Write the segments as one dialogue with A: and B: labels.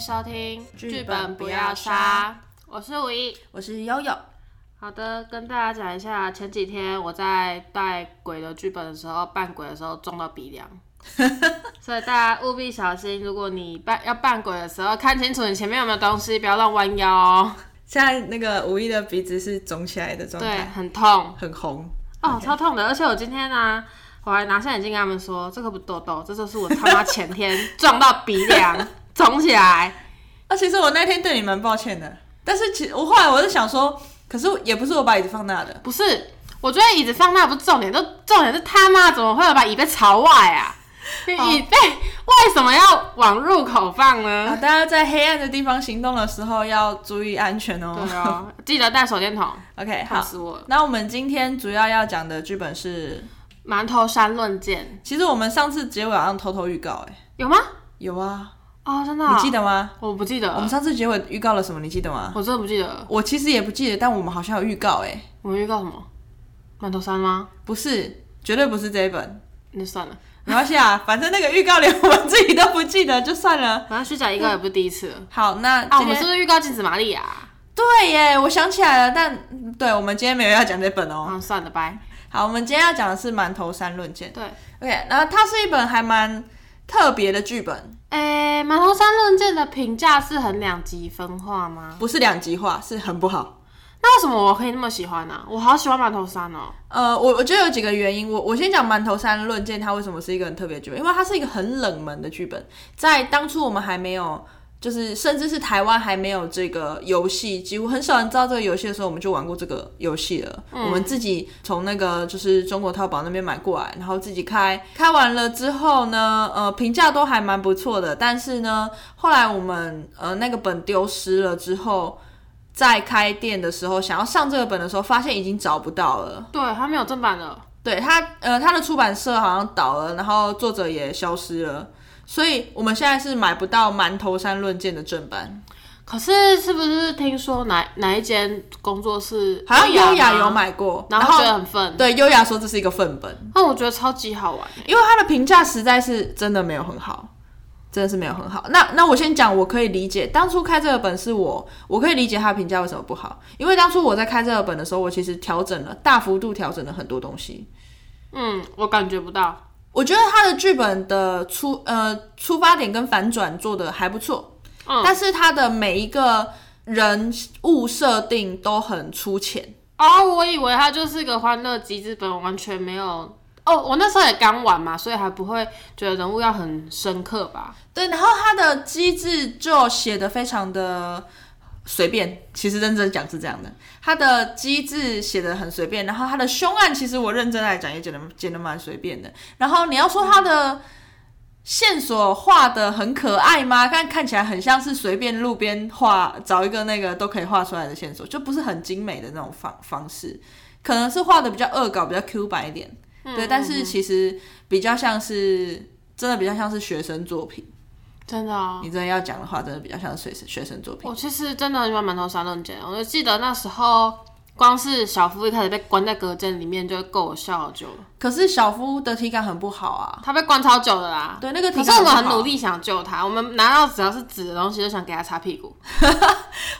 A: 收听《
B: 剧
A: 剧
B: 本
A: 本
B: 不
A: 不
B: 要
A: 要
B: 杀
A: 杀》，我是五一。
B: 我是悠悠，
A: 好的，跟大家讲一下，前几天我在带鬼的剧本的时候，扮鬼的时候中到鼻 梁，所以大家务必小心。如果你扮要扮鬼的时候，看清楚你前面有没有东西，不要乱弯腰哦。
B: 现在那个吴一的鼻子是肿起来的状
A: 对，
B: 态，
A: 很痛
B: 很红。
A: 哦，超痛的。而且我今天呢、我还拿下眼镜跟他们说，这个不痘痘，这就是我他妈前天 撞到鼻梁肿起来。
B: 啊，其实我那天对你蛮抱歉的，但是其我后来我就想说，可是也不是我把椅子放那的，
A: 不是，我觉得椅子放那不是重点，都重点是他妈怎么会把椅背朝外啊？
B: 哦
A: 椅背为什么要往入口放
B: 啊，
A: 呢？
B: 大家在黑暗的地方行动的时候要注意安全哦。
A: 对哦，记得带手电筒，
B: OK，
A: 痛
B: 好，
A: 死我了！
B: 那我们今天主要要讲的剧本是，
A: 馒头山论剑
B: 其实我们上次结尾好像偷偷预告、哎，
A: 有吗？
B: 有啊，
A: 哦，真的、
B: 你记
A: 得？
B: 得吗？
A: 我不记
B: 我
A: 得
B: 们，上次结尾预告了什么？你记得吗？
A: 我真的不记得。
B: 我其实也不记得，但我们好像有预告、哎，
A: 我们预告什么？馒头山吗？
B: 不是，绝对不是这一本。
A: 那算了，
B: 没关系啊， 反正那个预告连我们自己都不记得，就算了。
A: 反正虚假预告也不是第一次了。
B: 好，那
A: 啊，我
B: 嗯今
A: 们
B: 天
A: 是不是预告禁止玛利啊亚？
B: 对耶，我想起来了，但对我们今天没有要讲这本哦。
A: 啊，算了，拜。
B: 好，我们今天要讲的是《馒头山论剑》。
A: 对，
B: OK，然后它是一本还蛮特别的剧本，
A: 诶，馒头山论剑的评价是很两极分化吗？
B: 不是两极化，是很不好。
A: 那为什么我可以那么喜欢呢、我好喜欢馒头山哦。
B: 呃，我我觉得有几个原因，我我先讲《馒头山论剑》它为什么是一个很特别的剧本，因为它是一个很冷门的剧本，在当初我们还没有，就是甚至是台湾还没有这个游戏，几乎很少人知道这个游戏的时候，我们就玩过这个游戏了。我们自己从那个就是中国淘宝那边买过来，然后自己开，开完了之后呢，呃，评价都还蛮不错的，但是呢，后来我们呃那个本丢失了之后。在开店的时候，想要上这个本的时候，发现已经找不到了。
A: 对，它没有正版的，
B: 对他，呃，他的出版社好像倒了，然后作者也消失了，所以我们现在是买不到《馒头山论剑》的正版。
A: 可是是不是听说哪哪一间工作室
B: 好像优雅有
A: 吗，
B: 买过，
A: 然
B: 然
A: 后觉
B: 后
A: 得很愤，
B: 对优雅说这是一个粪本，
A: 那我觉得超级好玩。
B: 因为他的评价实在是真的没有很好，真的是没有很好。那那我先讲，我可以理解，当初开这个本是我，我可以理解他的评价为什么不好，因为当初我在开这个本的时候，我其实调整了，大幅度调整了很多东西。
A: 嗯，我感觉不到。
B: 我觉得他的剧本的出呃出发点跟反转做的还不错，
A: 嗯
B: 但是他的每一个人物设定都很粗浅。
A: 哦，我以为它就是个欢乐极致本，完全没有。哦，我那时候也刚玩嘛，所以还不会觉得人物要很深刻吧。
B: 对，然后他的机制就写的非常的随便，其实认真讲是这样的，他的机制写的很随便，然后他的凶案其实我认真来讲也剪的剪的蛮随便的，然后你要说他的线索画的很可爱吗？看看起来很像是随便路边画找一个那个都可以画出来的线索，就不是很精美的那种方方式，可能是画的比较恶搞，比较 Q 版一点，对，但是其实比较像是真的比较像是学生作品。
A: 真的哦，
B: 你真的要讲的话，真的比较像学生学生作品。
A: 我其实真的很喜欢馒头山论剑，我就记得那时候光是小夫一开始被关在隔间里面就够我笑好久了。
B: 可是小夫的体感很不好啊，
A: 他被关超久的啦。
B: 对那个体
A: 可
B: 感
A: 是我们很
B: 不好
A: 努力想救他，我们拿到只要是纸的东西就想给他擦屁股。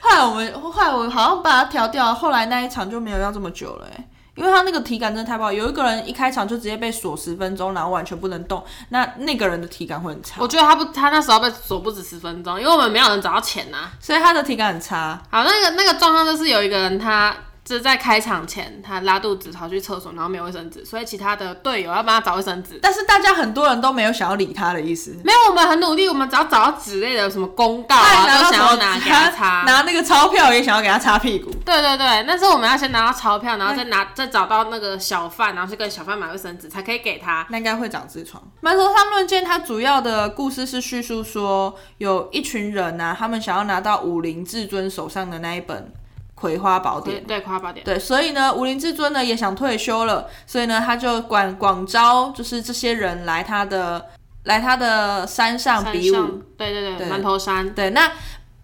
B: 后来我们后来我好像把他调掉了，后来那一场就没有要这么久了、欸。因为他那个体感真的太不好，有一个人一开场就直接被锁十分钟，然后完全不能动，那那个人的体感会很差，
A: 我觉得他不，他那时候被锁不止十分钟，因为我们没有人找到钱呐、
B: 所以他的体感很差。
A: 好，那个那个状况就是有一个人他。就是在开场前，他拉肚子逃去厕所，然后没有卫生纸，所以其他的队友要帮他找卫生纸。
B: 但是大家很多人都没有想要理他的意思，
A: 没有，我们很努力，我们只要找到纸类的什么公告
B: 他
A: 啊，
B: 还拿
A: 都
B: 到
A: 想
B: 手
A: 要
B: 机
A: 拿给他擦。
B: 拿那个钞票也想要给他擦屁股。
A: 对对对，那时候我们要先拿到钞票，然后再拿再找到那个小贩，然后去跟小贩买卫生纸，才可以给他。
B: 那应该会长痔疮。《馒头山论剑》它主要的故事是叙述说，有一群人啊，他们想要拿到武林至尊手上的那一本葵花宝典。
A: 对对，夸宝典。
B: 对，所以呢，武林至尊呢也想退休了，所以呢，他就广广招，就是这些人来他的来他的山上比武。
A: 上，对对对，
B: 对
A: 馒头山，
B: 对，那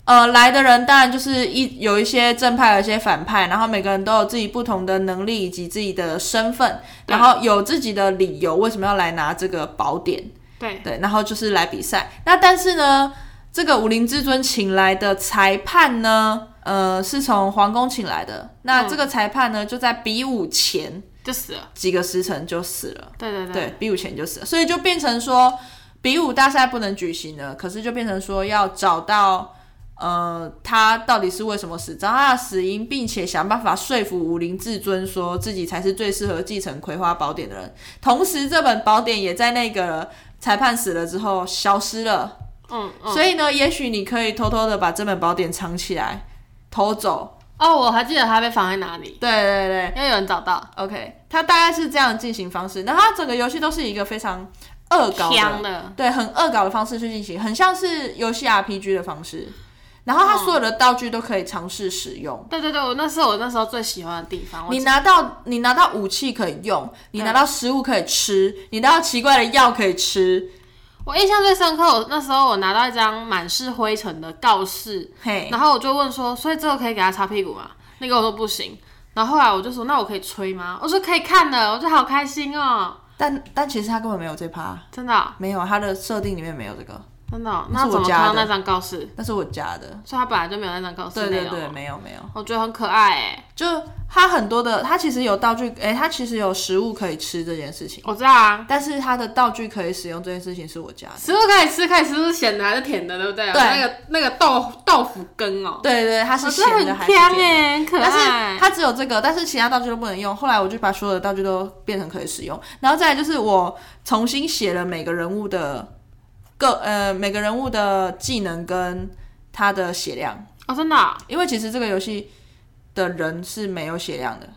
B: 呃来的人当然就是一有一些正派，有一些反派，然后每个人都有自己不同的能力以及自己的身份，
A: 对
B: 然后有自己的理由为什么要来拿这个宝典。
A: 对
B: 对，然后就是来比赛。那但是呢，这个武林至尊请来的裁判呢，呃，是从皇宫请来的。那这个裁判呢，就在比武前
A: 就死了。
B: 几个时辰就死了。
A: 对对对，
B: 对，比武前就死了，所以就变成说比武大赛不能举行了。可是就变成说要找到呃他到底是为什么死，找到他的死因，并且想办法说服武林至尊说自己才是最适合继承葵花宝典的人。同时，这本宝典也在那个裁判死了之后消失了。
A: 嗯嗯。
B: 所以呢，也许你可以偷偷的把这本宝典藏起来，偷走。
A: 哦，我还记得他被放在哪里，
B: 对对对，
A: 因为有人找到。
B: OK，它大概是这样的进行方式。那它整个游戏都是一个非常恶搞
A: 香
B: 的，
A: 的，
B: 对，很恶搞的方式去进行，很像是游戏 RPG 的方式。然后它
A: 哦
B: 所有的道具都可以尝试使用。
A: 对对对，我那是我那时候最喜欢的地方。我
B: 你拿到你拿到武器可以用，你拿到食物可以吃，你拿到奇怪的药可以吃。
A: 我印象最深刻，我那时候我拿到一张满是灰尘的告示，
B: 嘿，
A: 然后我就问说，所以这个可以给他擦屁股吗？那个我说不行。然后后来我就说，那我可以吹吗？我说可以看的，我就好开心哦，
B: 但但其实它根本没有这趴，
A: 真的哦、
B: 没有它的设定里面没有这个，
A: 真的哦、
B: 那是
A: 那
B: 我
A: 怎么
B: 加
A: 看到
B: 的
A: 那张告示？
B: 那是我加的。
A: 所以他本来就没有那张告示
B: 对
A: 内
B: 对
A: 容
B: 对，
A: 哦，
B: 没有没有。
A: 我觉得很可爱哎。
B: 就它很多的，它其实有道具，诶、它其实有食物可以吃这件事情，
A: 我知道啊，
B: 但是它的道具可以使用这件事情是我家的。
A: 食物可以吃，可以吃是咸的还是甜的，对不对？
B: 对
A: 那个那个豆豆腐羹哦，
B: 对对，它
A: 我
B: 是
A: 觉得
B: 咸的
A: 很
B: 还是
A: 香
B: 甜的？
A: 哎，很可
B: 但
A: 爱
B: 是。它只有这个，但是其他道具都不能用。后来我就把所有的道具都变成可以使用，然后再来就是我重新写了每个人物的个呃每个人物的技能跟他的血量，
A: 哦，真的哦、
B: 因为其实这个游戏的人是没有血量的。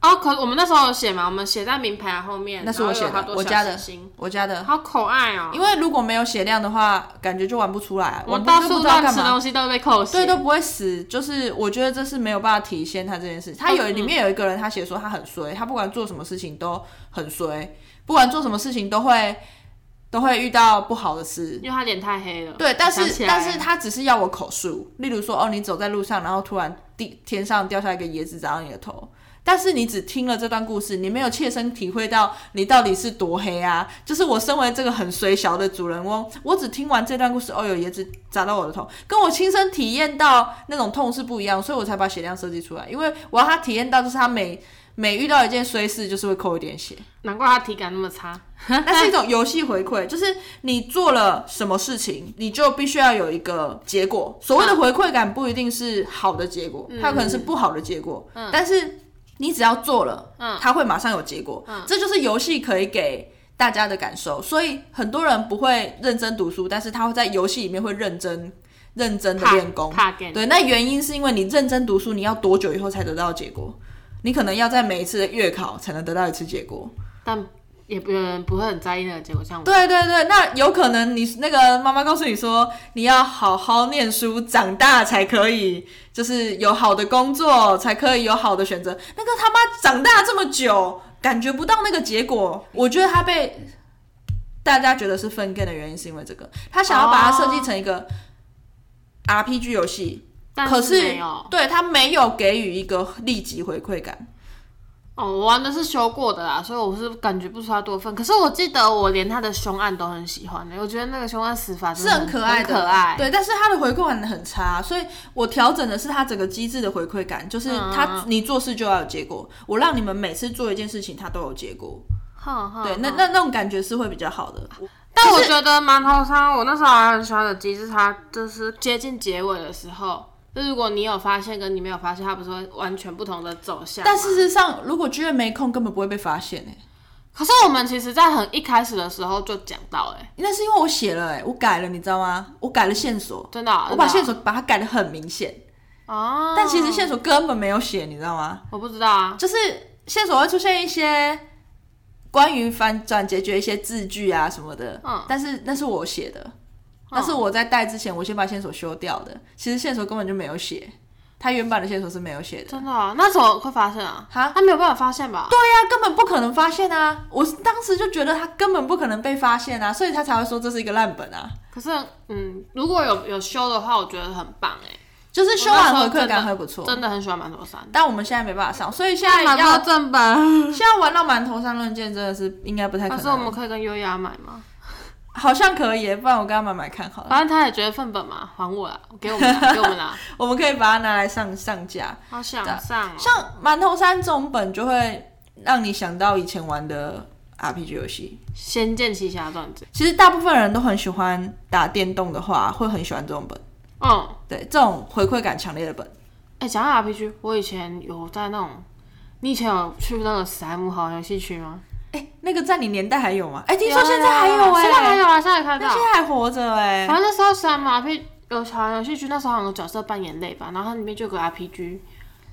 A: 哦，可我们那时候有写嘛，我们写在名牌后面，
B: 那是我写的
A: 然后有好多
B: 我加的
A: 小星星
B: 我家的
A: 好可爱哦、
B: 因为如果没有血量的话，感觉就玩不出来啊。
A: 我们
B: 不
A: 到
B: 就不
A: 处
B: 知道
A: 乱
B: 干
A: 吃
B: 嘛，
A: 东西都会被扣
B: 对，
A: 血，
B: 都不会死。就是我觉得这是没有办法体现他这件事。他有
A: 嗯嗯
B: 里面有一个人，他写说他很衰，他不管做什么事情都很衰，不管做什么事情都会都会遇到不好的事。
A: 因为他脸太黑了。
B: 对，但
A: 想
B: 是
A: 起来
B: 但是他只是要我口述，例如说哦，你走在路上，然后突然地天上掉下一个椰子砸到你的头。但是你只听了这段故事，你没有切身体会到你到底是多黑啊！就是我身为这个很随小的主人翁，我只听完这段故事，哦，有椰子砸到我的头，跟我亲身体验到那种痛是不一样，所以我才把血量设计出来，因为我要他体验到，就是他每每遇到一件衰事，就是会扣一点血。
A: 难怪他体感那么差。
B: 那是一种游戏回馈，就是你做了什么事情，你就必须要有一个结果。所谓的回馈感不一定是好的结果，它有可能是不好的结果，但是你只要做了，它会马上有结果。这就是游戏可以给。大家的感受，所以很多人不会认真读书，但是他会在游戏里面会认真、认真的
A: 怕
B: 练功。
A: 怕给
B: 对，那原因是因为你认真读书，你要多久以后才得到结果？你可能要在每一次的月考才能得到一次结果。
A: 但也不有人不会很在意那个结果，像我。
B: 对对对，那有可能你那个妈妈告诉你说，你要好好念书，长大才可以，就是有好的工作，才可以有好的选择。那个他妈长大这么久，感觉不到那个结果，我觉得他被大家觉得是分 g 的原因，是因为这个，他想要把它设计成一个 RPG 游戏，
A: 但
B: 可是
A: 没有哦，
B: 对他没有给予一个立即回馈感。
A: 哦我玩的是修过的啦，所以我是感觉不出他多分。可是我记得我连他的凶案都很喜欢的、我觉得那个凶案死法真
B: 是
A: 的
B: 很可爱的，
A: 嗯很可爱。
B: 对，但是它的回馈感很差，所以我调整的是它整个机制的回馈感，就是
A: 嗯
B: 它你做事就要有结果，我让你们每次做一件事情，它都有结果。
A: 哼哼
B: 对，那
A: 哼
B: 那那种感觉是会比较好的。
A: 但我觉得馒头烧，我那时候还很喜欢的机制，它就是接近结尾的时候，就如果你有发现跟你没有发现，它不是会完全不同的走向吗。
B: 但事实上，如果剧院没空，根本不会被发现哎、
A: 可是我们其实，在很一开始的时候就讲到、欸，哎，
B: 那是因为我写了哎、我改了，你知道吗？我改了线索，
A: 真的啊、
B: 我把线
A: 真的
B: 索把它改得很明显，
A: 啊哦，
B: 但其实线索根本没有写，你知道吗？
A: 我不知道啊，
B: 就是线索会出现一些关于反转结局的一些字句啊什么的，
A: 嗯
B: 但是那是我写的，但是我在带之前我先把线索修掉的，其实线索根本就没有写，它原版的线索是没有写的。
A: 真的、啊，那怎么会发现啊？
B: 哈
A: 他没有办法发现吧？
B: 对呀、根本不可能发现啊！我当时就觉得他根本不可能被发现啊，所以他才会说这是一个烂本啊。
A: 可是，嗯，如果有有修的话，我觉得很棒、欸，哎，
B: 就是修完回馈感会不错，
A: 真的很喜欢馒头山，
B: 但我们现在没办法上，所以现在
A: 买不到
B: 要
A: 正版，
B: 现在玩到馒头上论剑真的是应该不太可
A: 但
B: 能
A: 是
B: 了。
A: 我们可以跟优雅买吗？
B: 好像可以耶，不然我跟他买买看好了。
A: 反正他也觉得份本嘛，还我啦，给我们 啦，给我们啦，
B: 我们可以把它拿来上上架。
A: 好想上、哦。
B: 像馒头山这种本就会让你想到以前玩的 RPG 游戏。
A: 《仙剑奇侠传》子，
B: 其实大部分人都很喜欢打电动的话，会很喜欢这种本。
A: 嗯，
B: 对，这种回馈感强烈的本。
A: 哎、讲到 RPG，我以前有在那种，你以前有去那个史莱姆好游戏区吗？
B: 哎、那个在你年代还有吗？哎、听
A: 有
B: 说
A: 啊
B: 现在还有
A: 有啊
B: 哎、
A: 现在还有啊，现在看
B: 那
A: 到。
B: 现在还活着哎、
A: 反正那时候史莱姆 RPG 有好游戏区，那时候好像有角色扮演类吧，然后它里面就有个 RPG，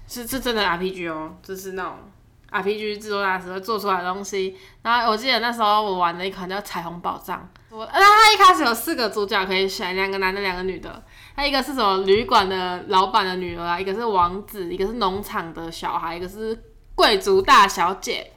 A: 是是真的 RPG 哦，就是那种 RPG 制作大师会做出来的东西。然后我记得那时候我玩的一款叫《彩虹宝藏》，我呃那它一开始有四个主角可以选，两个男的，两个女的。它一个是什么旅馆的老板的女儿啊，一个是王子，一个是农场的小孩，一个是贵族大小姐。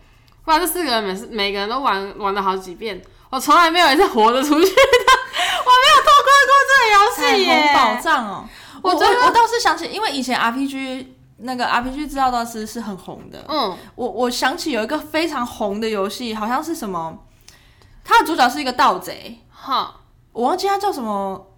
A: 哇，这四个人每次每个人都玩玩了好几遍，我从来没有一次活着出去的，我
B: 彩
A: 没有透过过这个游戏耶。
B: 虹宝藏哦、
A: 我
B: 我
A: 真的
B: 我我倒是想起，因为以前 RPG 那个 RPG 制造大师是很红的。
A: 嗯，
B: 我我想起有一个非常红的游戏，好像是什么，它的主角是一个盗贼，
A: 好，
B: 我忘记它叫什么，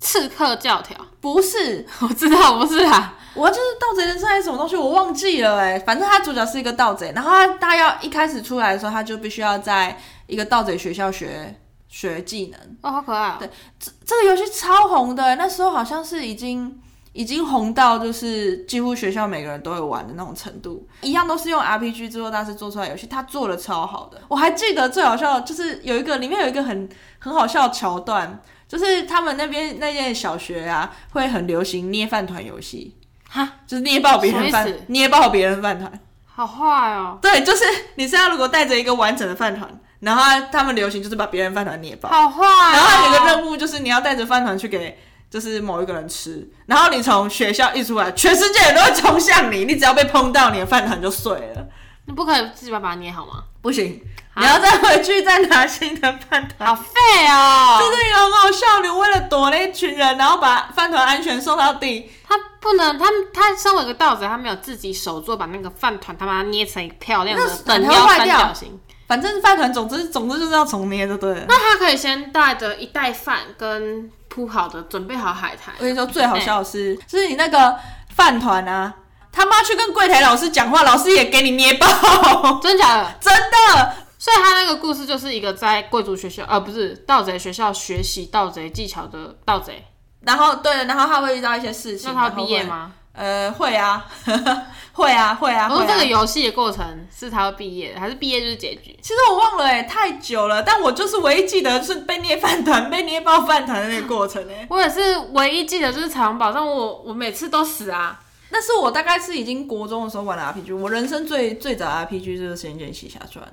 A: 刺客教条，
B: 不是，
A: 我知道不是啊，
B: 我就是盗贼人生还是什么东西，我忘记了哎、反正他主角是一个盗贼，然后他他要一开始出来的时候，他就必须要在一个盗贼学校学学技能。
A: 哦，好可爱、哦，
B: 对这这个游戏超红的欸、那时候好像是已经已经红到就是几乎学校每个人都会玩的那种程度。一样都是用 RPG 制作大师做出来的游戏，他做的超好的。我还记得最好笑的就是有一个里面有一个很很好笑的桥段，就是他们那边那间小学啊会很流行捏饭团游戏。
A: 哈，
B: 就是捏爆别人
A: 什么意
B: 饭
A: 思，
B: 捏爆别人饭团。
A: 好坏哦，
B: 对，就是你现在如果带着一个完整的饭团，然后他他们流行就是把别人饭团捏爆，
A: 好坏、哦，
B: 然后有个
A: 务，
B: 任务就是你要带着饭团去给就是某一个人吃，然后你从学校一出来，全世界人都会冲向你，你只要被碰到，你的饭团就碎了。
A: 你不可以自己把它捏好吗？
B: 不行，
A: 啊
B: 你要再回去再拿新的饭团。
A: 好废哦，
B: 真的有很好笑，你为了躲那一群人，然后把饭团安全送到地，
A: 他不能，他他身为一个盗贼，他没有自己手做把那个饭团他妈捏成漂亮
B: 那
A: 的
B: 是
A: 等
B: 它
A: 腰
B: 会坏
A: 三
B: 掉
A: 角形。
B: 反正饭团总之总之就是要重捏就对了。
A: 那他可以先带着一袋饭跟铺好的准备好海苔
B: 我，跟你说，最好笑的是，就是你那个饭团啊，他妈去跟柜台老师讲话，老师也给你捏爆， 哦
A: 真假的？
B: 真的。
A: 所以他那个故事就是一个在贵族学校，呃，不是盗贼学校学习盗贼技巧的盗贼。
B: 然后对，然后他会遇到一些事情。
A: 那他
B: 然后
A: 毕
B: 会
A: 业？吗？
B: 呃，会啊， 会啊，会啊，
A: 我说
B: 会啊。
A: 这个游戏的过程是他会毕业的，还是毕业就是结局？
B: 其实我忘了哎、太久了。但我就是唯一记得是被捏饭团、被捏爆饭团的那个过程哎、
A: 我也是唯一记得就是彩虹宝藏，我我每次都死啊。
B: 那是我大概是已经国中的时候玩的 RPG，我人生最最早的 RPG 就是《仙剑奇侠传》。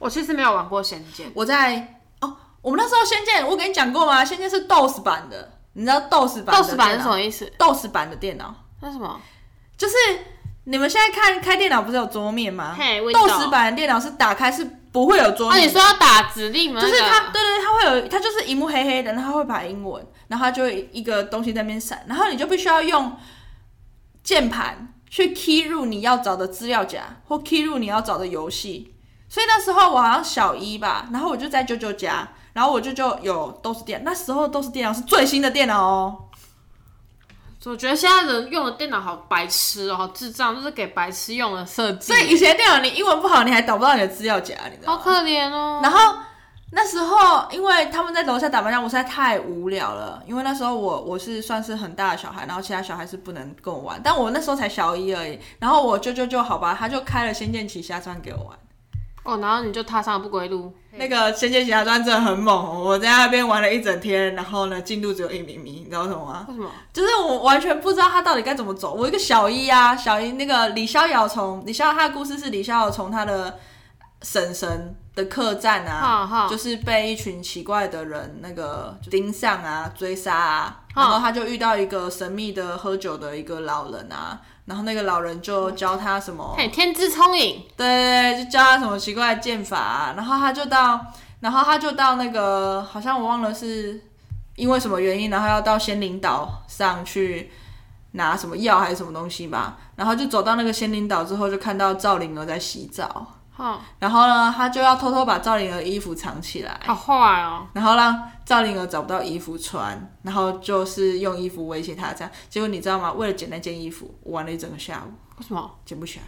A: 我其实没有玩过仙剑，
B: 我在哦，我们那时候《仙剑》，我跟你讲过吗？《仙剑》是 DOS 版的，你知道 DOS 版的
A: 斗士版是
B: 电
A: 什
B: 脑
A: 么意思？
B: ？DOS 版的电脑
A: 那什么？
B: 就是你们现在看开电脑不是有桌面吗
A: 嘿，Windows
B: ？DOS 版的电脑是打开是不会有桌
A: 啊，你
B: 面的。
A: 说要打指令吗？
B: 就是
A: 那
B: 它，
A: 个
B: 对对，对它会有，它就是一幕黑黑的，然后它会把英文，然后它就会一个东西在那边闪，然后你就必须要用键盘去 key 入你要找的资料夹或 key 入你要找的游戏。所以那时候我好像小一吧，然后我就在舅舅家，然后我舅舅有都是电，那时候都是电脑是最新的电脑哦。
A: 我觉得现在人用的电脑好白痴哦，好智障，就是给白痴用的设计
B: 所，以以前的电脑你英文不好，你还找不到你的资料夹，你知道
A: 好
B: 吗？
A: 可怜哦。
B: 然后那时候，因为他们在楼下打麻将，我实在太无聊了。因为那时候我我是算是很大的小孩，然后其他小孩是不能跟我玩，但我那时候才小一而已。然后我舅舅就好吧，他就开了《仙剑奇侠传》给我玩。
A: 哦，然后你就踏上了不归路。
B: 那个《仙剑奇侠传》真的很猛哦，我在那边玩了一整天，然后呢进度只有一厘米，你知道为什么吗？
A: 为什么？
B: 就是我完全不知道他到底该怎么走。我一个小一啊，小一那个李逍遥从李逍遥他的故事是李逍遥从他的婶婶的客栈啊，
A: 哈哈，
B: 就是被一群奇怪的人那个盯上啊、追杀啊，
A: 嗯
B: 然后他就遇到一个神秘的喝酒的一个老人啊，然后那个老人就教他什么，
A: 嘿，天之聪颖，
B: 对对对，就教他什么奇怪的剑法啊，然后他就到，然后他就到那个好像我忘了是因为什么原因，然后要到仙灵岛上去。拿什么药还是什么东西吧，然后就走到那个仙灵岛之后，就看到赵灵儿在洗澡，
A: 哼，
B: 然后呢，他就要偷偷把赵灵儿衣服藏起来，
A: 好坏哦，
B: 然后让赵灵儿找不到衣服穿，然后就是用衣服威胁她这样。结果你知道吗？为了捡那件衣服，我玩了一整个下午，
A: 为什么
B: 捡不起来。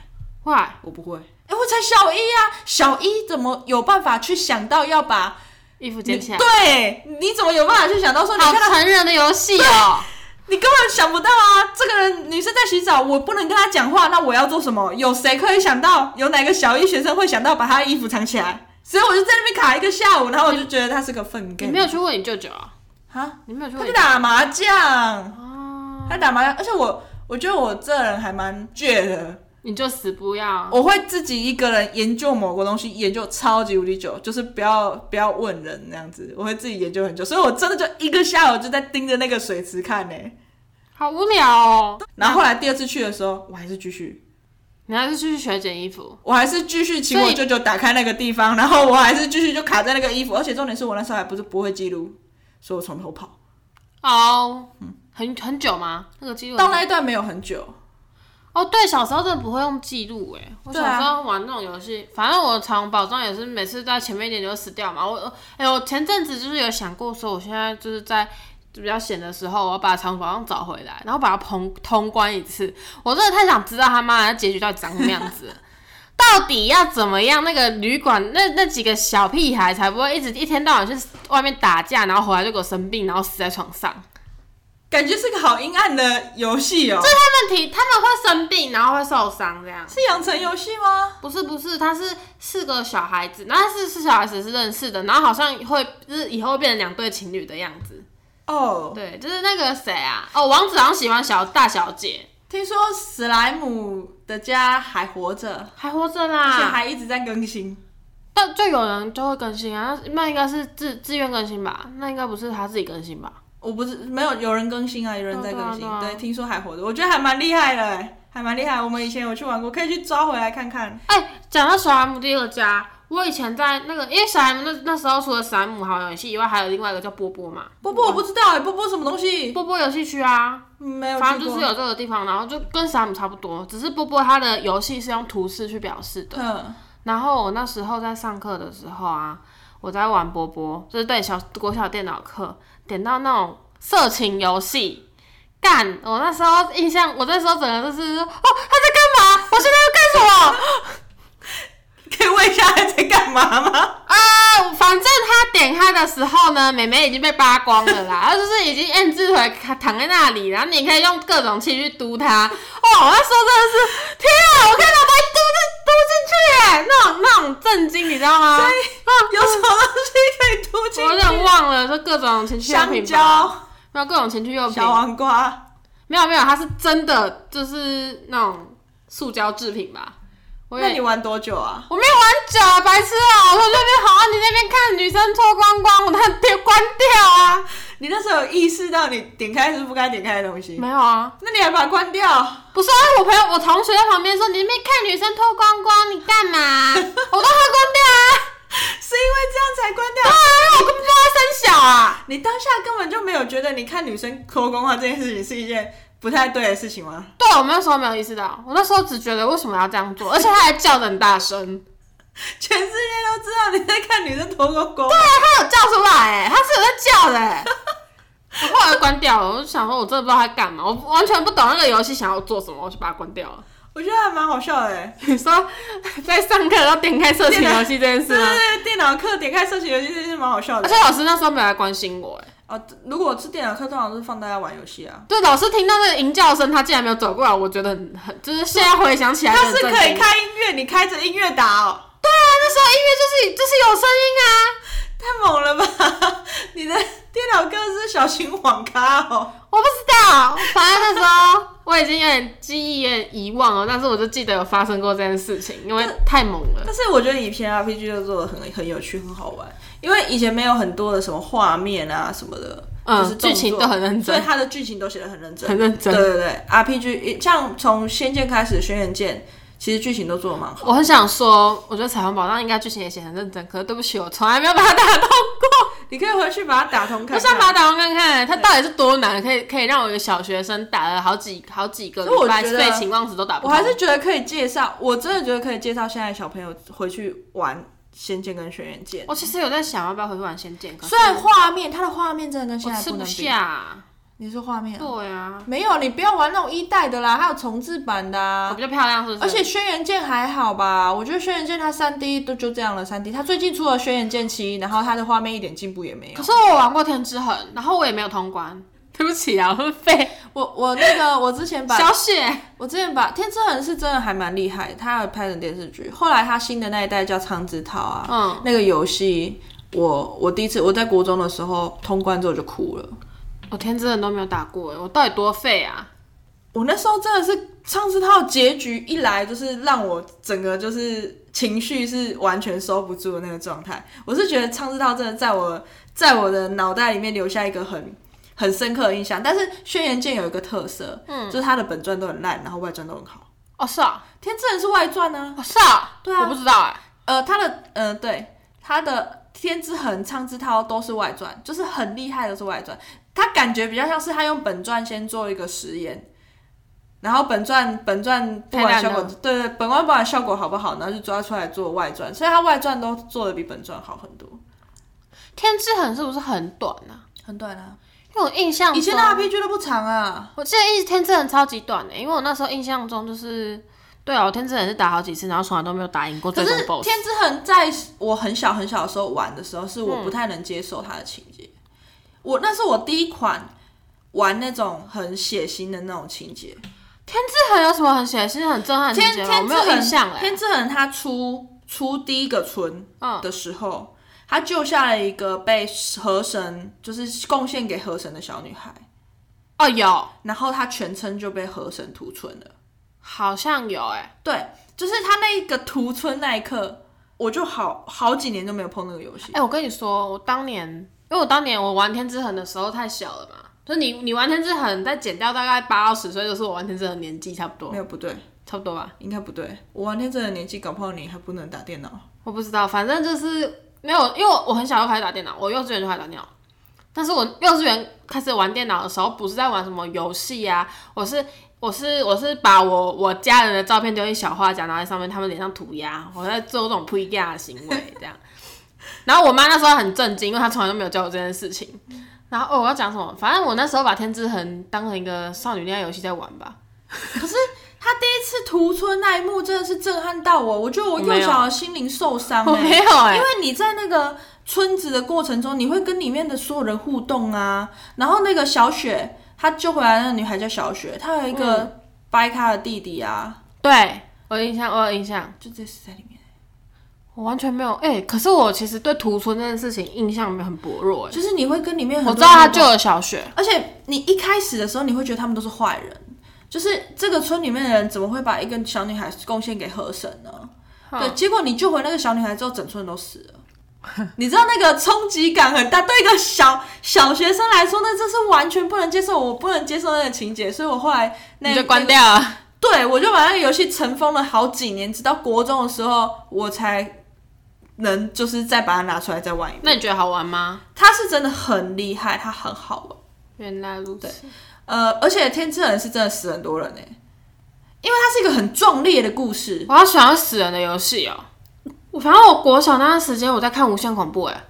A: 坏？
B: 我不会，哎，我才小一啊，小一怎么有办法去想到要把？
A: 衣服
B: 你
A: 捡起来，
B: 对，你怎么有办法去想到说你
A: 好
B: 看到
A: 成人的游戏哦。
B: 你根本想不到啊！这个人女生在洗澡，我不能跟她讲话，那我要做什么？有谁可以想到？有哪个小一学生会想到把她衣服藏起来？所以我就在那边卡一个下午，然后我就觉得她是个 粪
A: 你
B: 根
A: 没有去问你舅舅啊？
B: 啊！
A: 你没有去
B: 她
A: 问
B: 去
A: 你
B: 打麻将，
A: 啊？
B: 她打麻将，而且我我觉得我这人还蛮倔的，
A: 你就死不要，
B: 我会自己一个人研究某个东西，研究超级无敌久，就是不要不要问人那样子，我会自己研究很久，所以我真的就一个下午就在盯着那个水池看呢、
A: 好无聊哦。
B: 然后后来第二次去的时候，我还是继续。
A: 你还是去学捡衣服，
B: 我还是继续请
A: 所
B: 我
A: 以
B: 舅舅打开那个地方，然后我还是继续就卡在那个衣服，而且重点是我那时候还不是不会记录，所以我从头跑。
A: 哦，很很久吗？那个记录很
B: 到
A: 久
B: 那一段没有很久，
A: 哦，对，小时候真的不会用记录哎，我小
B: 对啊
A: 时候玩那种游戏，反正我藏宝藏也是每次在前面一点就死掉嘛。我哎、我前阵子就是有想过说，我现在就是在比较闲的时候，我要把藏宝藏找回来，然后把它通通关一次。我真的太想知道他妈的结局到底长什么样子了。 到底要怎么样？那个旅馆那那几个小屁孩才不会一直一天到晚去外面打架，然后回来就给我生病，然后死在床上。
B: 感觉是个好阴暗的游戏哦。这
A: 他们提他们会生病，然后会受伤这样。
B: 是养成游戏吗？
A: 不是不是，他是四个小孩子，然后是是小孩子是认识的，然后好像会就是以后会变成两对情侣的样子。
B: 哦、
A: 对，就是那个谁啊，哦，王子好像喜欢小大小姐，
B: 听说史莱姆的家还活着，
A: 还活着
B: 而且
A: 啦。
B: 还一直在更新。
A: 但就有人就会更新啊，那那应该是自自愿更新吧？那应该不是他自己更新吧？
B: 我不是没有有人更新啊，有人在更新。
A: 对啊对啊
B: 对，听说还活着，我觉得还蛮厉害的、还蛮厉害。我们以前有去玩过，可以去抓回来看看。
A: 哎、讲到小莱姆第二家，我以前在那个，因为小莱姆那那时候除了小莱姆好玩游戏以外，还有另外一个叫波波嘛，
B: 波波我不知道、欸，波波什么东西？
A: 波波游戏区啊。
B: 没有去过，
A: 反正就是有这个地方，然后就跟萨姆差不多，只是波波他的游戏是用图示去表示的。
B: 嗯，
A: 然后我那时候在上课的时候啊，我在玩波波，就是对小国小电脑课，点到那种色情游戏。干！我那时候印象，我那时候整个就是哦，他在干嘛？我现在要干什么？
B: 可以问一下他在干嘛吗？
A: 啊，反正他点开的时候呢，妹妹已经被扒光了啦， 她就是已经 N 字腿躺在那里，然后你可以用各种器具嘟她。哇，我那时候真的是，天啊，我看到把你嘟进嘟进去耶，那种那种震惊，你知道吗？
B: 有什么东西可以突 进
A: 我有点
B: 去？
A: 忘了，就各种情趣用
B: 香
A: 品吧，
B: 蕉、
A: 没有各种情趣用品
B: 小，黄瓜，
A: 没有没有，它是真的就是那种塑胶制品吧。我
B: 那
A: 也
B: 你玩多久啊？
A: 我没有玩久啊，白痴啊！我从那边好啊，你那边看女生脱光光，我那边关掉啊。
B: 你那时候有意识到你点开是不该点开的东西，
A: 没有啊，
B: 那你还把它关掉？
A: 不是啊，我朋友、我同学在旁边说：“你没看女生脱光光，你干 嘛？”我都喝光掉啊！
B: 是因为这样才关
A: 对
B: 掉？
A: 啊，我根本不知道他生小啊！
B: 你当下根本就没有觉得你看女生抠光话这件事情是一件不太对的事情吗？
A: 对，啊我那时候没有意识到，我那时候只觉得为什么要这样做，而且他还叫的很大声，
B: 全世界都知道你在看女生脱光光，
A: 对，他有叫出来、哎，他是有在叫的、哎 我后来关掉了，我就想说，我真的不知道他干嘛，我完全不懂那个游戏想要做什么，我就把它关掉了。
B: 我觉得还蛮好笑的欸、
A: 你说在上课要点开色情游戏这件事
B: 对啊
A: 吗？
B: 对对，电脑课点开社群游戏这件事蛮好笑
A: 而
B: 的
A: 且。老师那时候没有来关心我、哎。
B: 哦，如果是电脑课，通常都是放大家玩游戏啊。
A: 对，老师听到那个吟叫声，他竟然没有走过来，我觉得很很，就是现在回想 起来，
B: 它是可以。开音乐，你开着音乐打哦，
A: 对啊，那时候音乐就是就是有声音
B: 太猛了吧！ 你的电脑课是小型网咖哦，
A: 啊，我不知道，反正那时候我已经有点记忆有点遗忘了，但是我就记得有发生过这件事情，因为太猛了。
B: 但是我觉得以前 RPG 就做的很很有趣，很好玩，因为以前没有很多的什么画面啊什么的，
A: 嗯
B: 就是动作
A: 剧情都很认真
B: 所以它的剧情都写的很认真，
A: 很认真
B: 对对对，RPG 像从《仙剑》开始，《轩辕剑》其实剧情都做的蛮好。
A: 我很想说，我觉得《彩虹宝藏》应该剧情也写很认真，可是对不起，我从来没有把它打通过。
B: 你可以回去啊把它打通看
A: 我
B: 看。
A: 想把它打完看看，它到底是多难，可以可以让我一个小学生打了好几好几个
B: 所以我
A: 礼拜，
B: 觉得
A: 废寝忘食都打不
B: 我
A: 通。
B: 还是觉得可以介绍，我真的觉得可以介绍现在小朋友回去玩《仙剑》跟《轩辕剑
A: 我》。其实有在想要不要回去玩仙剑，可是
B: 虽然画面，它的画面真的跟现
A: 我
B: 在
A: 吃
B: 能
A: 不
B: 比。
A: 下。
B: 你说画面啊、
A: 对啊，
B: 没有，你不要玩那种一代的啦，还有重置版的、
A: 我
B: 啊
A: 比。较漂亮是不是？
B: 而且《轩辕剑》还好吧？我觉得《轩辕剑》它三 D 都就这样了，三 D。它最近出了《轩辕剑七》，然后它的画面一点进步也没有
A: 可。是我玩过天之痕，然后我也没有通关。对不起啊，我很废。
B: 我我那个我之前把
A: 小雪，
B: 我之前把《天之痕》是真的还蛮厉害，他有拍成电视剧。后来他新的那一代叫《苍之涛》啊，
A: 嗯，
B: 那个游戏，我我第一次我在国中的时候通关之后就哭了。
A: 我天之痕都没有打过哎，我到底多废啊？
B: 我那时候真的是《苍之涛》结局一来，就是让我整个就是情绪是完全收不住的那个状态。我是觉得《苍之涛》真的在我在我的脑袋里面留下一个很很深刻的印象。但是《轩辕剑》有一个特色，嗯，就是它的本传都很烂，然后外传都很好。
A: 哦是啊，
B: 天之痕是外传呢、
A: 哦是啊，
B: 对啊
A: 我不知道哎。
B: 呃，他的呃，对，他的《天之痕》《苍之涛》都是外传，就是很厉害的是外传。他感觉比较像是他用本传先做一个实验，然后本传本传不管
A: 太烂
B: 效果，
A: 了
B: 对对，本传不管效果好不好，然后就抓出来做外传，所以他外传都做的比本传好很多，
A: 天之痕是不是很短啊？
B: 很短啊。
A: 因为我印象中
B: 以前的 RPG 都不长啊，
A: 我记得一天之痕超级短的、欸因为我那时候印象中就是，对啊，我天之痕是打好几次，然后从来都没有打赢过最
B: 可
A: 终
B: 是
A: BOSS。
B: 天之痕在我很小很小的时候玩的时候，是我不太能接受它的情节。我那是我第一款玩那种很血腥的那种情节。
A: 天之痕有什么很血腥、很震撼的
B: 天
A: 情节
B: 天
A: 吗？我
B: 之
A: 没有
B: 痕
A: 印象哎、
B: 天之痕他出出第一个村
A: 嗯
B: 的时候，他救下了一个被河神就是贡献给河神的小女孩，
A: 哦，有，
B: 然后他全村就被河神屠村了。
A: 好像有哎、
B: 对，就是他那一个屠村那一刻，我就好好几年都没有碰那个游戏
A: 哎、。我跟你说，我当年，因为我当年我玩天之痕的时候太小了嘛，就是你你玩天之痕，再减掉大概八到十岁，就是我玩天之痕的年纪差不多，
B: 没有不对，
A: 差不多吧。
B: 应该不对。我玩天真的年纪，搞不好你还不能打电脑。
A: 我不知道，反正就是没有，因为我我很小就开始打电脑，我幼稚园就开始打电脑。但是我幼稚园开始玩电脑的时候，不是在玩什么游戏啊，我是我是我是把我我家人的照片丢进小画夹，然后在上面他们脸上涂鸦，我在做这种不一样的行为这样。然后我妈那时候很震惊，因为她从来都没有教我这件事情。然后哦，我要讲什么？反正我那时候把《天之痕》当成一个少女恋爱游戏在玩吧。
B: 他第一次屠村那一幕真的是震撼到我，我觉得我
A: 我没
B: 幼
A: 有
B: 小的心灵受伤、欸。
A: 我没有哎、
B: 因为你在那个村子的过程中，你会跟里面的所有人互动啊。然后那个小雪，她救回来的那个女孩叫小雪，她有一个掰咖的弟弟啊，
A: 对我有印象，我有印象。
B: 就这死在里面。
A: 我完全没有哎、可是我其实对屠村这件事情印象没有很薄弱哎、
B: 就是你会跟里面很多
A: 我知道他
B: 人互
A: 救
B: 动，
A: 了小雪，
B: 而且你一开始的时候，你会觉得他们都是坏人。就是这个村里面的人怎么会把一个小女孩贡献给河神呢？对，结果你救回那个小女孩之后，整村人都死了。 你知道那个冲击感很大，对一个小小学生来说，那这是完全不能接受，我不能接受那个情节，所以我后来那
A: 你就关掉啊了。
B: 对我就把那个游戏尘封了好几年，直到国中的时候，我才能就是再把它拿出来再玩一遍。
A: 那你觉得好玩吗？
B: 它是真的很厉害，它很好玩。
A: 原来如此。
B: 呃，而且天之痕是真的死很多人呢、因为它是一个很壮烈的故事。
A: 我好喜欢死人的游戏哦。我反正我国小那段时间我在看《无限恐怖》哎，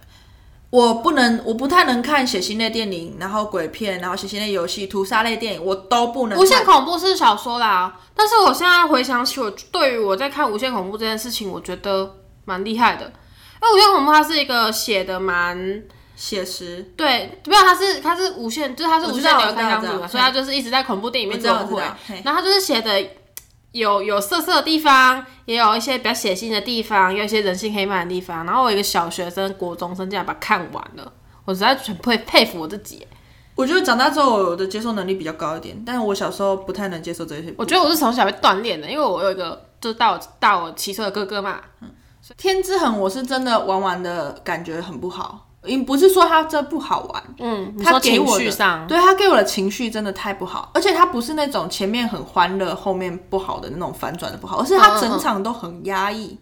B: 我不能，我不太能看血腥类电影，然后鬼片，然后血腥类游戏、屠杀类电影，我都不能
A: 《无限
B: 看。
A: 恐怖》是小说啦，但是我现在回想起我对于我在看《无限恐怖》这件事情，我觉得蛮厉害的，因为《无限恐怖》它是一个写的蛮
B: 写实，
A: 对，没有，他是他是无限，就是他是
B: 我
A: 无
B: 知
A: 限
B: 道
A: 流
B: 我知道
A: 开箱
B: 我
A: 子
B: 知道
A: 嘛，
B: 嘿
A: 所以他就是一直在恐怖电影里面
B: 我知道
A: 轮
B: 我
A: 回
B: 知道嘿。
A: 然后他就是写的有有色色的地方，也有一些比较血腥的地方，也有一些人性黑暗的地方。然后我一个小学生、国中生竟然把它看完了，我实在很佩佩服我自己。
B: 我觉得长大之后我的接受能力比较高一点，但是我小时候不太能接受这些。
A: 我觉得我是从小被锻炼的，因为我有一个就是大我大我七岁的哥哥嘛，
B: 天之痕我是真的玩完的感觉很不好，因不是说它这不好玩，
A: 嗯，你
B: 他
A: 说
B: 给
A: 情
B: 我
A: 绪
B: 的
A: 上，
B: 对他给我的情绪真的太不好，而且他不是那种前面很
A: 嗯
B: 欢乐，后面不好的那种反转的不好，而是他整场都很压抑。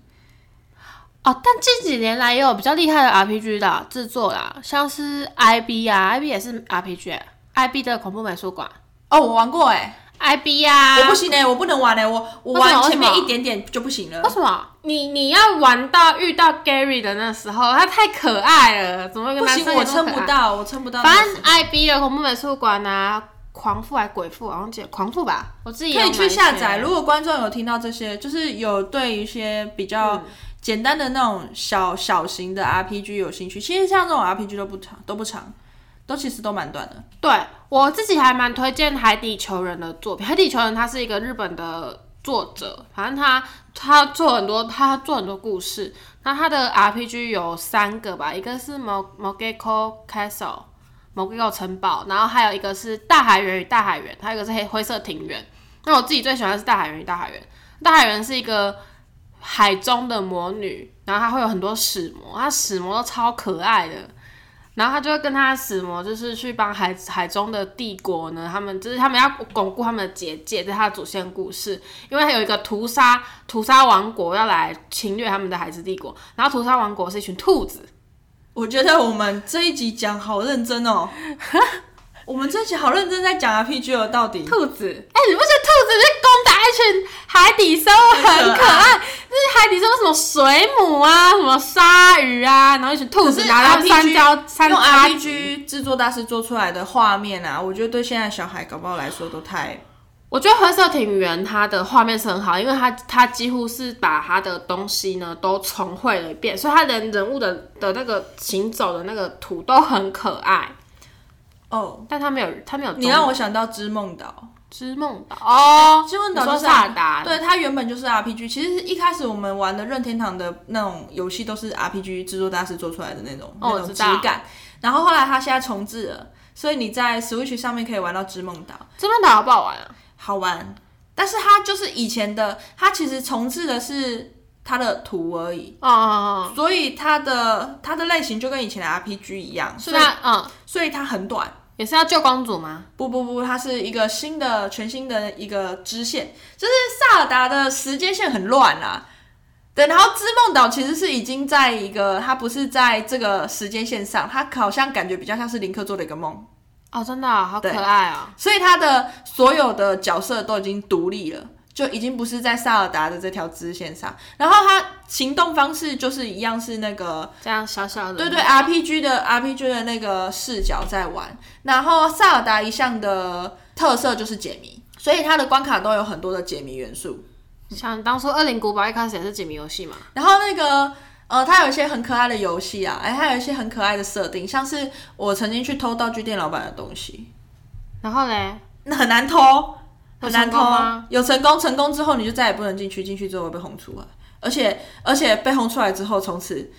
A: 哦，但近几年来也有比较厉害的 RPG 的制作啦，像是 IB 啊，IB 也是 RPG，IB、IB 欸的恐怖美术馆啊
B: 哦，我玩过哎、
A: ，IB 呀、
B: 我不行哎、我不能玩哎、我我
A: 为什么
B: 玩前
A: 为
B: 面
A: 什
B: 一
A: 么
B: 点点就不行了
A: 为。什么？你你要玩到遇到 Gary 的那时候，他太可爱了，怎么会跟
B: 不
A: 男
B: 行，
A: 生
B: 我
A: 也那
B: 撑
A: 么可
B: 不
A: 爱？
B: 到，我撑不到那个
A: 反
B: 时候。
A: 正 IB 的恐怖美术馆啊，狂富还鬼富，好像记得狂富吧，我自己也
B: 可以
A: 有买
B: 去
A: 一
B: 下
A: 些
B: 载。如果观众有听到这些，就是有对一些比较
A: 嗯
B: 简单的那种小小型的 RPG 有兴趣，其实像这种 RPG 都不长，都不长，都其实都蛮短的。
A: 对我自己还蛮推荐海底球人的作品。海底球人他是一个日本的作者，反正他他做很多他做很多故事。那他的 RPG 有三个吧，一个是 Mo Mogeko Castle。Mogeko 城堡，然后还有一个是大海原与大海原，还有一个是黑灰色庭园。那我自己最喜欢的是大海原与大海原。大海原是一个海中的魔女，然后她会有很多使魔，她使魔都超可爱的。然后他就会跟他的使魔，就是去帮海海中的帝国呢，他们就是他们要巩固他们的结界，这是他的主线故事。因为有一个屠杀屠杀王国要来侵略他们的海之帝国，然后屠杀王国是一群兔子，
B: 我觉得我们这一集讲好认 真哦，我们这一集好认真在讲 RPG 哦，到底
A: 兔子，哎、你不觉得兔子去攻打一群海底生物很
B: 很
A: 可
B: 可
A: 爱？就是海底生物什么水母啊，什么鲨鱼啊，然后一群兔
B: 可
A: 子
B: 是
A: 拿到
B: RPG
A: 三焦三
B: 用
A: 叉
B: RPG 制作大师做出来的画面啊，我觉得对现在小孩搞不好来说都太
A: 我觉得灰色庭园它的画面是很好，因为它它几乎是把它的东西呢都重绘了一遍，所以它连人物的的那个行走的那个图都很可爱，
B: 哦。
A: 但它没有它没有
B: 你让我想到《织梦岛》。
A: 织梦岛哦，
B: 金文岛
A: 你
B: 就
A: 说
B: 是
A: 萨达，
B: 对，它原本就是 RPG。其实一开始我们玩的任天堂的那种游戏都是 RPG 制作大师做出来的那种、
A: 哦我
B: 那种
A: 知
B: 质
A: 道
B: 感。然后后来它现在重置了，所以你在 Switch 上面可以玩到《织梦岛》，
A: 织梦岛好不好玩啊？
B: 好玩。但是它就是以前的，它其实重置的是它的图而已，
A: 哦哦
B: 所以它的它的类型就跟以前的 RPG 一样
A: 哦，，是
B: 所以
A: 那嗯，
B: 所以它很短。
A: 也是要救公主吗？
B: 不不不，它是一个新的、全新的一个支线，就是萨尔达的时间线很乱啦、对，然后织梦岛其实是已经在一个，它不是在这个时间线上，它好像感觉比较像是林克做的一个梦，
A: 哦，真的、哦、好可
B: 对
A: 爱哦。
B: 所以它的所有的角色都已经独立了，就已经不是在萨尔达的这条支线上。然后它行动方式就是一样是那个
A: 这样小小的，
B: 对对，RPG 的 RPG 的那个视角在玩，然后萨尔达一项的特色就是解谜，所以它的关卡都有很多的解谜元素。
A: 想当初《恶灵古堡》一开始也是解谜游戏嘛，
B: 然后那个呃，它有一些很可爱的游戏啊，哎，它有一些很可爱的设定，像是我曾经去偷道具店老板的东西，
A: 然后嘞，
B: 那很难偷，
A: 有
B: 很
A: 成
B: 难偷啊
A: 功吗。
B: 有成功，成功之后你就再也不能进去，进去之后会被轰出来，而且而且被轰出来之后，从此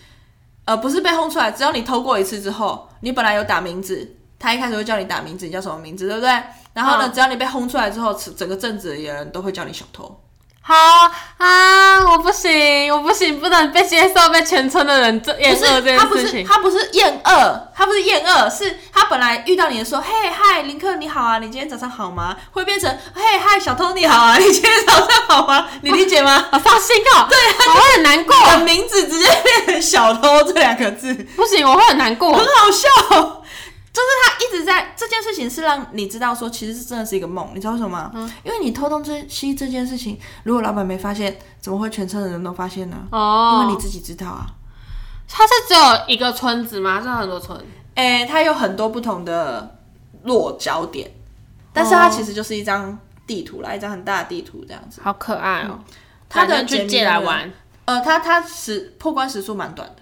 B: 呃不是被轰出来，只要你偷过一次之后，你本来有打名字，他一开始会叫你打名字，你叫什么名字，对不对？然后呢，只要你被轰出来之后，整整个镇子里的人都会叫你小偷。
A: 好啊，我不行，我不行，不能被接受被全村的人这厌恶
B: 不
A: 这
B: 是，他
A: 件
B: 不
A: 事
B: 是，
A: 情。
B: 他不是厌恶，他不是厌恶，是他本来遇到你的时候，嘿嗨，林克你好啊，你今天早上好吗？会变成嘿嗨，小偷你好啊，你今天早上好吗？你理解吗？
A: 好伤心哦，对，我会很难过，
B: 我的名字直接变成“小偷”这两个字， 很
A: 不行，我会很难过。
B: 好笑。就是他一直在这件事情是让你知道说，其实是真的是一个梦，你知道为什么吗？因为你偷东西这件事情，如果老板没发现，怎么会全村的人都发现呢？因为
A: 哦
B: 你，自己知道啊。
A: 它是只有一个村子吗？还是很多村？
B: 诶、它有很多不同的落脚点，但是它其实就是一张地图啦，一张很大的地图这样子。
A: 好可爱哦，
B: 嗯它的
A: 感觉
B: 解
A: 去
B: 谜
A: 借来
B: 的
A: 玩。
B: 呃，它它时破关时速蛮短的，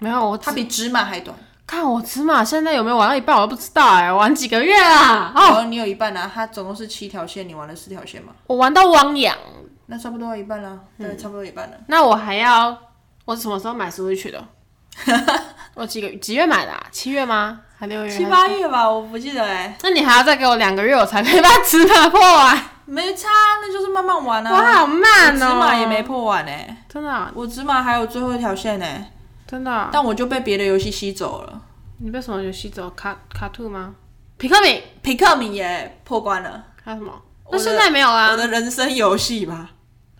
A: 没有，我
B: 它
A: 他
B: 比芝麻还短。
A: 看我芝麻现在有没有玩到一半，我都不知道哎、玩几个月啦？哦，
B: 哦，你有一半啊，它总共是七条线，你玩了四条线嘛。
A: 我玩到汪洋，
B: 那差不多一半啦，
A: 嗯
B: 对，差不多一半了。
A: 那我还要，我什么时候买 Switch 的？我几个几月买的、啊？七月吗？还六月？
B: 七八月吧，我不记得哎、
A: 那你还要再给我两个月，我才可以把尺码破 完。
B: 没差，那就是慢慢玩啊。
A: 我好慢哦、
B: 我芝麻也没，破完哎、
A: 真的啊、
B: 我芝麻还有最后一条线呢、
A: 真的啊、
B: 但我就被别的游戏吸走了。
A: 你被什么游戏走？卡卡兔吗？皮克敏
B: 皮克敏也破关了，
A: 还有什么？
B: 我
A: 那
B: 的
A: 现在没有
B: 我
A: 啊。
B: 的人生游戏吧，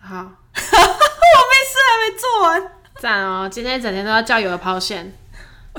A: 好，
B: 我没事还没做完。
A: 赞哦！今天一整天都要叫友友抛线，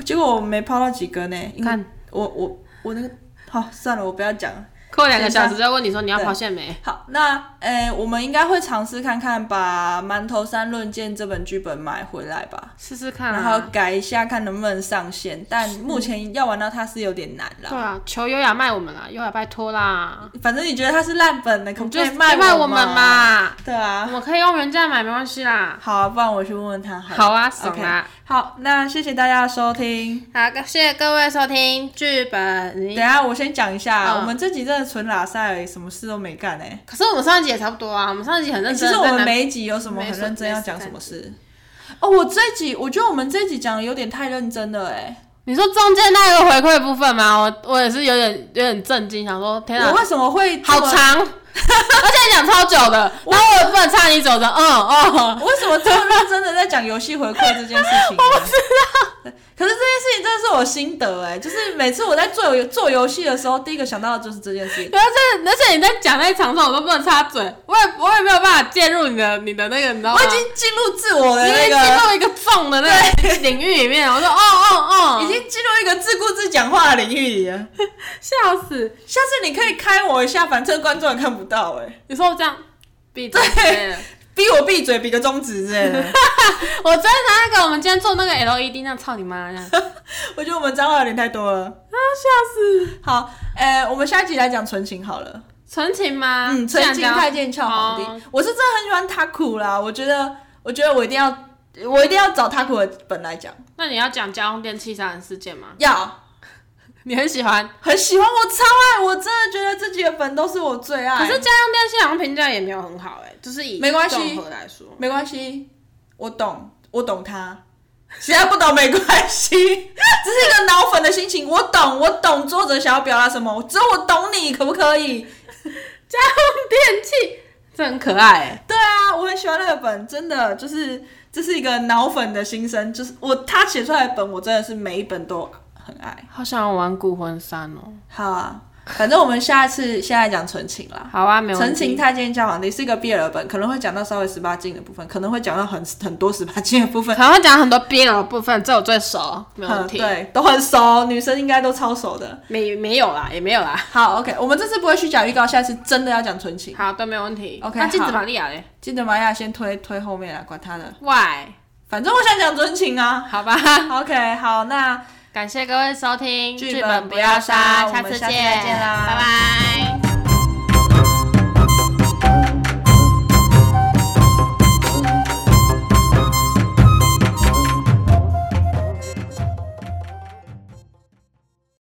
B: 结果我没抛到几根呢，哎因为
A: 看
B: 我我我那个好算了，我不要讲了。
A: 过两个小时就问你说你要抛线没？
B: 好，那呃，我们应该会尝试看看把《馒头三论剑》这本剧本买回来吧，
A: 试试看
B: 然
A: 啊。
B: 后改一下看能不能上线。但目前要玩到它是有点难
A: 对
B: 啦。
A: 啊，求优雅卖我们啦，优雅拜托啦，
B: 反正你觉得它是烂本的，可不可
A: 就
B: 以
A: 卖
B: 卖
A: 我们？嘛，
B: 对
A: 我
B: 啊，
A: 们可以用原价买没关系啦。
B: 好啊，不然我去问问他好了。
A: 好啊，嗯爽
B: OK
A: 啦！
B: 好，那谢谢大家的收听。
A: 好，谢谢各位收听剧
B: 等
A: 本
B: 一。下我先讲一下，
A: 嗯
B: 我们这集真的纯拉塞而已，什么事都没干哎、
A: 可是我们上一集也差不多啊，我们上一集很认
B: 其
A: 真。
B: 实我
A: 在
B: 们
A: 南
B: 每一集有什么
A: 没
B: 很
A: 事
B: 认真
A: 没
B: 要
A: 事
B: 讲
A: 干
B: 什么事？哦，我这一集我觉得我们这一集讲的有点太认真了哎、
A: 你说中间那个回馈部分吗？我我也是有点有点震惊，想说天啊
B: 我，为什么会这
A: 好
B: 么？
A: 长，而且讲超久的，然后我也不能插你走的，嗯哦，
B: 我为什么这么认真的在讲游戏回馈这件事情？ 我不知道。可是这件事情真的是我心得哎、就是每次我在做游做游戏的时候，第一个想到的就是这件事情。
A: 然后这而且你在讲那一场上，我都不能插嘴，我也我也没有办法介入你的你的那个，你知道吗？
B: 我已经进入自我的
A: 你已
B: 那
A: 经
B: 个
A: 进入一个重的那个领域里面，我说哦哦哦，
B: 已经进入一个自顾自讲话的领域里了。
A: 笑死！
B: 下次你可以开我一下，反正观众也看不到哎、
A: 你说我这样闭嘴之类的，
B: 逼我闭嘴，比个中指之类的。
A: 我真的拿那个我们今天做那个 LED 那样操你妈那样， 啊
B: 我觉得我们脏话有点太多了。
A: 笑死！
B: 好，呃，我们下一集来讲纯情好了。
A: 纯情吗？
B: 嗯，纯
A: 这
B: 情
A: 样
B: 太监俏皇帝
A: 哦，
B: 我是真的很喜欢他苦啦。我觉得，我觉得我一定要，我一定要找他苦的本来讲，
A: 那你要讲家用电器杀人事件吗？
B: 要
A: 你很喜欢，
B: 很喜欢，我超爱，我真的觉得这几个本都是我最爱。
A: 可是家用电器好像评价也没有很好哎、就是以
B: 哎没关系
A: 综合来说，
B: 没关系，我懂，我懂他。其他不懂没关系， 这是一个脑粉的心情。我懂，我懂作者想要表达什么，只有我懂你，可不可以？
A: 家用电器这很可爱哎、
B: 对啊，我很喜欢那个本，真的就是这是一个脑粉的心声，就是我他写出来的本，我真的是每一本都很爱。
A: 好想玩骨魂三哦。
B: 好啊，反正我们下次现在讲纯情啦。
A: 好啊，没问
B: 纯情
A: 题。
B: 太监教皇帝是一个 BL 本，可能会讲到稍微十八禁的部分，可能会讲到很很多十八禁的部分
A: 可，能会讲很多 BL 的部分，这我最熟，没问
B: 嗯，
A: 题。
B: 对，都很熟，女生应该都超熟的。
A: 没没有啦，也没有啦。
B: 好，OK，我们这次不会虚假预告，下次真的要讲纯情。
A: 好，都没问题。
B: OK，
A: 那金子
B: 好
A: 玛利亚嘞
B: 记得玛雅先推推后面来，管他的，
A: ？Why？
B: 反正我想讲纯情啊。
A: 好吧，
B: OK，好，那
A: 感谢各位收听，
B: 剧
A: 剧
B: 本
A: 本
B: 不
A: 不
B: 要
A: 要
B: 杀
A: 杀，
B: 我
A: 下
B: 们
A: 次
B: 下
A: 见，
B: 次再见啦
A: 拜拜。